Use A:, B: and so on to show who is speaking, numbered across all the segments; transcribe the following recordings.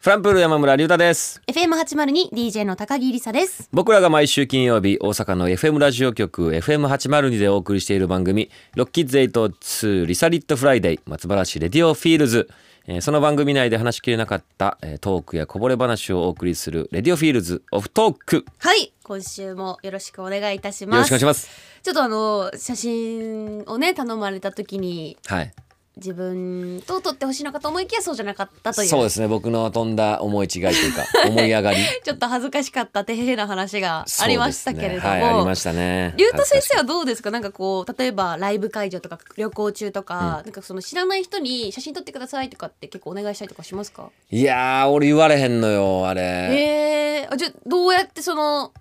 A: フランプール山村隆太です
B: FM802 DJ の高木りさです。
A: 僕らが毎週金曜日大阪の FM ラジオ局 FM802 でお送りしている番組「ロッキーズ8-2リサリットフライデー松原市レディオフィールズ」えーその番組内で話しきれなかった、えートークやこぼれ話をお送りする「レディオフィールズオフトーク
B: はい、今週もよろしくお願いいたし」
A: よろしくお
B: ます。
A: 願いします。
B: ちょっとあの写真をね頼まれた時に
A: はい、
B: 自分と撮ってほしいのかと思いきやそうじゃなかったという。
A: そうですね僕の飛んだ思い違いと いうか思い上がり
B: ちょっと恥ずかしかったてへへな話がありましたけれど
A: そうで
B: も。
A: すねはい、ありましたね
B: 竜太先生はどうですかなんかこう例えばライブ会場とか旅行中とか、なんかその知らない人に写真撮ってくださいとかって結構お願いしたりとかしますか
A: いやー俺言われへんのよあ
B: え
A: れ
B: ー、あじゃあどうやってその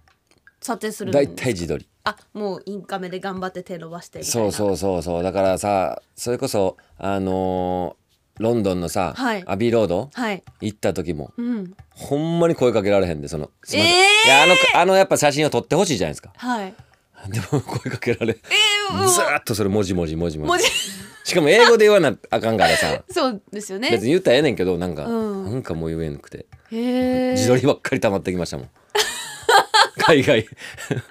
B: 撮影するんで
A: 大
B: すか
A: 体自撮り
B: あもうインカメで頑張って手伸ばしてみたいな
A: そうそうそうそうだからさそれこそあのーロンドンのさ、
B: はい
A: アビーロード
B: はい
A: 行った時も
B: うん
A: ほんまに声かけられへんでそのすいません
B: えー
A: いやあのあのやっぱ写真を撮ってほしいじゃないですか
B: はい
A: でも声かけられず
B: えー、もう
A: ーっとそれ文字文字文字
B: 文
A: 文
B: 字
A: 字しかも英語で言わなあかんからさ
B: そうですよ
A: 別
B: ね
A: に言ったらええねんけどなんか、
B: う
A: な
B: ん
A: んかもう言えなくて
B: へえ
A: 自撮りばっかり溜まってきま したもん海外
B: せっかく行ってる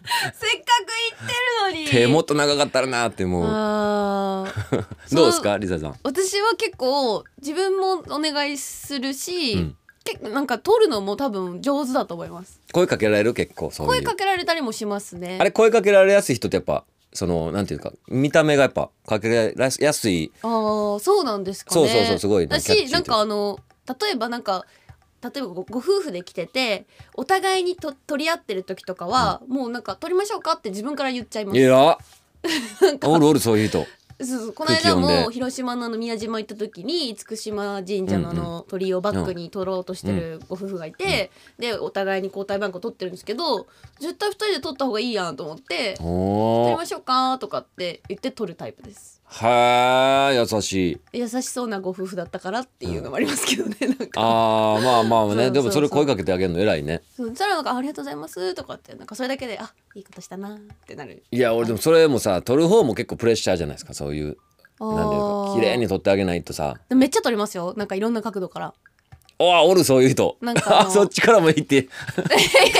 B: のに
A: 手もっと長かったらなーってもう
B: あー
A: どうですかリサさん
B: 私は結構自分もお願いするし、
A: うん
B: 結構なんか撮るのも多分上手だと思います
A: 声かけられる結構そういう
B: 声かけられたりもしますね
A: あれ声かけられやすい人ってやっぱそのなんていうか見た目がやっぱかけられやすい
B: あーそうなんですかね
A: そうそうそうすごいね
B: だ
A: キャッチー
B: し
A: と
B: なんかあの例えばなんか例えばごご夫婦で来ててお互いにと取り合ってる時とかは、もうなんか取りましょうかって自分から言っちゃいま
A: い
B: す
A: やおるおるそう いう人
B: そうそうこの
A: 空気読
B: 間
A: んで
B: も広島のあの宮島行った時に厳島神社のあの鳥居をバックに取ろうとしてるご夫婦がいて、でお互いに交代番号取ってるんですけど絶対二人で取った方がいいやんと思って「取
A: お
B: り
A: ー
B: ましょうか」とかって言って取るタイプです
A: はー優しい
B: 優しそうなご夫婦だったからっていうのもありますけどね、なんか
A: あーまあまあ
B: そうそうそ
A: ね
B: う
A: でもそれ声かけてあげるの偉いね
B: そしたらなんか「ありがとうございます」とかってなんかそれだけで「あいいことしたな」ってなる
A: いや俺でもそれもさ撮る方も結構プレッシャーじゃないですかそういうなんていうか
B: あー
A: 綺麗に撮ってあげないとさ
B: でもめっちゃ撮りますよなんかいろんな角度から
A: おあおるそういう人
B: なんかあの
A: そっちからもいいって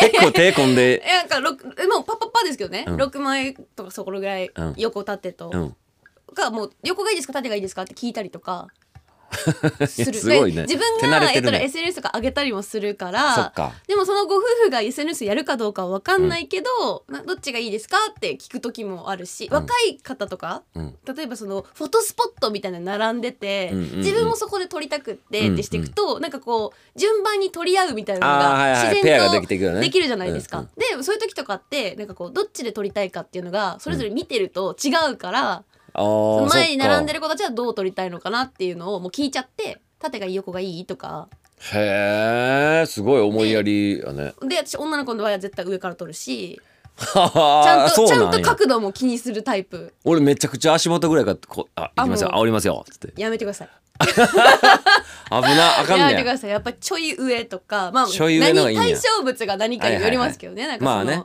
A: 結構手込んで
B: えなんか六えもうパッパッパですけどね、
A: うん
B: 6枚とかそこぐらい
A: うん
B: 横縦と、
A: うん
B: がもう横がいいですか縦がいいですかって聞いたり とかする
A: すごいね
B: で自
A: 手慣
B: 分が、
A: れて
B: えっ
A: る
B: と
A: ね
B: SNS とか上げたりもするか
A: そ
B: ら
A: っか
B: でもそのご夫婦が SNS やるかどうかは分かんないけど、などっちがいいですかって聞く時もあるし、
A: ん
B: 若い方とか
A: うん
B: 例えばそのフォトスポットみたいなの並んでて、
A: うんうんうん
B: 自分もそこで撮りたくって
A: うん
B: ってしていくと、なんかこう順番に取り合うみたいなの
A: あーはい
B: が
A: はい
B: 自
A: ペア
B: 然
A: が
B: と
A: できていくよね
B: できるじゃないですか。
A: うん
B: でそういう時とかってなんかこうどっちで撮りたいかっていうのがそれぞれ見てると違うから、
A: あー
B: 前に並んで
A: る
B: る子たちはどう撮りたいのかなっていうのをもう聞いちゃって縦がいい横がいいとか
A: へえすごい思いやりやね
B: で私女の子の場合は絶対上から撮るし
A: ち
B: ちゃんとち
A: そう
B: ゃ
A: なんん
B: と
A: や
B: 角度も気にするタイプ
A: 俺めちゃくちゃ足元ぐらいからこあ行
B: あ
A: きますよ
B: もう
A: 煽りますよつって
B: やめてください。
A: 危なあかん
B: やめて
A: ね
B: くださいやっぱりちょい上とかまあ
A: ちょい上のがいいんや
B: 何対象物が何かによりますけどね、
A: いはい
B: なんかその、
A: まあね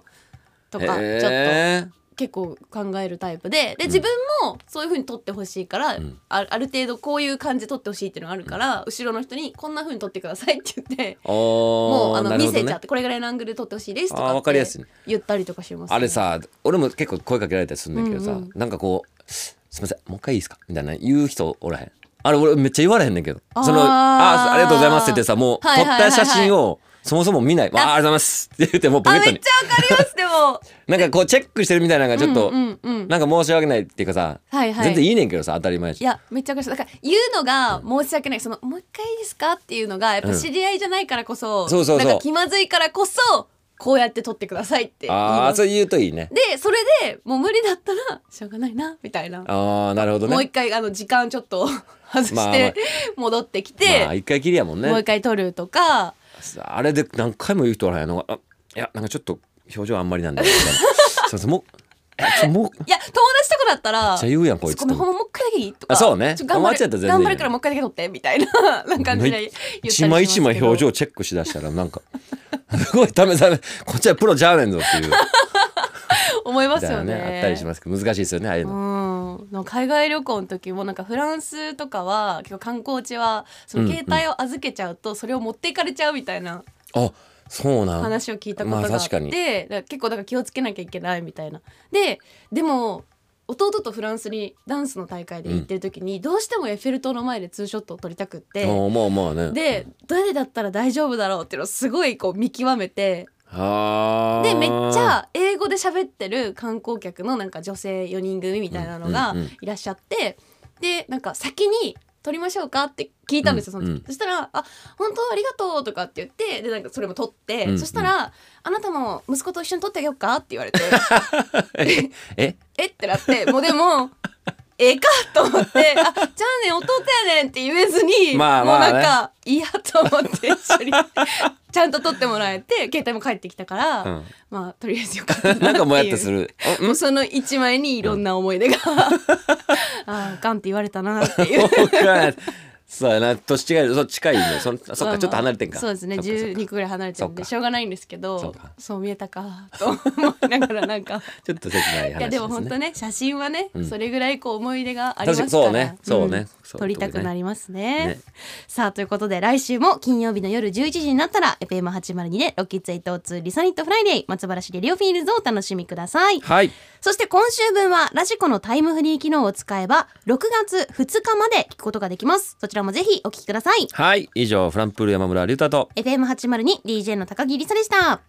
B: とか
A: へ
B: ちょっ
A: え
B: と結構考えるタイプでで自分もそういう風に撮ってほしいから、
A: ん
B: あある程度こういう感じで撮ってほしいっていうのがあるから、後ろの人にこんな風に撮ってくださいって言って。も
A: お
B: うあ
A: ー
B: の、
A: なる
B: 見
A: ほど
B: せちゃ
A: ね
B: ってこれぐらいのアングルで撮ってほしいですと
A: あー
B: か
A: わ
B: っ
A: かりやすい
B: て
A: ね
B: 言ったりとかします、
A: あれさ俺も結構声かけられたりするんだけどさ、
B: うんうん
A: なんかこうす「すいませんもう一回いいですか?」みたいな言う人おらへんあれ俺めっちゃ言われへんねんけど
B: あー
A: その「あーありがとうございます」って言ってさもう撮
B: はい
A: っ
B: はいはいは
A: た
B: い
A: 写真をそもそも見ない「わあありがとうございます」って言ってもうポケ
B: あ
A: ット
B: め
A: に
B: っちゃわかりますでも
A: なんかこうチェックしてるみたいなのが ちょっと、
B: うんうんうん
A: なんか申し訳ないっていうかさ、
B: はいはい
A: 全然いいねんけどさ当たり前やし
B: いやめっちゃ嬉しいだから言うのが申し訳ない、そのもう一回いいですかっていうのがやっぱ知り合いじゃないからこそ、
A: んそうそうそう
B: なんか気まずいからこそこうやって撮ってくださいって言い
A: ああ
B: ま
A: そ
B: す
A: う言うといいね
B: でそれでもう無理だったらしょうがないなみたいな、
A: ああなるほどね
B: もう一回あの時間ちょっと 外して、
A: まあまあ
B: 戻ってきて、
A: まあ一回きりやもん
B: もう一
A: ね
B: 回撮るとか
A: あれで何回も言う人おらへんのがあいやなんかちょっと表情あんまりなんだよみたいな そうそうもうえちょもう
B: いや友達とかだったら
A: めっちゃ言うやんこいつ
B: ごめんほんまもう一回だけいいとか
A: あそうね
B: ちょ頑張
A: 友達や
B: る
A: ったら全然いいね
B: 頑張るからもう一回だけ撮ってみたいな なんか感じで言ったりし
A: 一枚
B: ます
A: 一
B: けど
A: 枚表情チェックしだしたらなんかすごいダメダメこっちは プロじゃあねんぞっていう
B: 思います
A: みたい
B: よ
A: な
B: ね
A: ねあったりしますけど難しいですよねああいう
B: う
A: の
B: んうん、なんか海外旅行の時もなんかフランスとかは結構観光地はその携帯を預けちゃうとそれを持っていかれちゃうみたいな
A: あそうなん
B: 話を聞いたことがあって、
A: まあ確かに
B: だから結構だから気をつけなきゃいけないみたいな。ででも弟とフランスにダンスの大会で行ってる時に、どうしてもエッフェル塔の前でツーショットを撮りたくって。
A: あまあまあね
B: で誰だったら大丈夫だろうっていうのをすごいこう見極めて
A: あー
B: でめっちゃ英語で喋ってる観光客のなんか女性4人組みたいなのが
A: うんうんうん
B: いらっしゃって、でなんか先に「撮りましょうか?」って聞いたんですよその時、
A: うんうん
B: そしたら「あ本当ありがとう」とかって言ってでなんかそれも撮って、
A: うんうん
B: そしたら「あなたも息子と一緒に撮ってあげようか?」って言 われて
A: え
B: えってなってもうでも。ええかと思って「あじゃあね弟やねん」って言えずに、
A: まあまあね
B: もうなんか「いや」と思って一緒に ちゃんと撮ってもらえて携帯も帰ってきたから、
A: うん
B: まあとりあえずよかったなっていう
A: なんかもやっとするあ
B: もうその一枚にいろんな思 い出が、ああガンって言われたなって いう
A: そうやな年違いそう近いねそんそっか、
B: まあまあ
A: ちょっと離れてんか
B: そうですね
A: っかそっか
B: 12個ぐらい離れてるん
A: そ
B: で
A: っか
B: しょうがないんですけど
A: そ
B: そうう
A: か
B: 見えたかと思いながらなん か
A: ちょっと切ない話ですね
B: いやでも本当ね写真はね、
A: ん
B: それぐらいこう思い出がありますか
A: 確
B: ら
A: かにそうねそうね
B: ん
A: そう
B: 撮りたくなりますね
A: ね
B: さあということで来週も金曜日の夜11時になったら FM802 でロッキーツ802リサニットフライデー松原市でリオフィールズをお楽しみください
A: はい
B: そして今週分はラジコのタイムフリー機能を使えば6月2日まで聞くことができます。そちらもぜひお聞きください。
A: はい以上フランプール山村隆太と
B: FM802DJ の高木りさでした。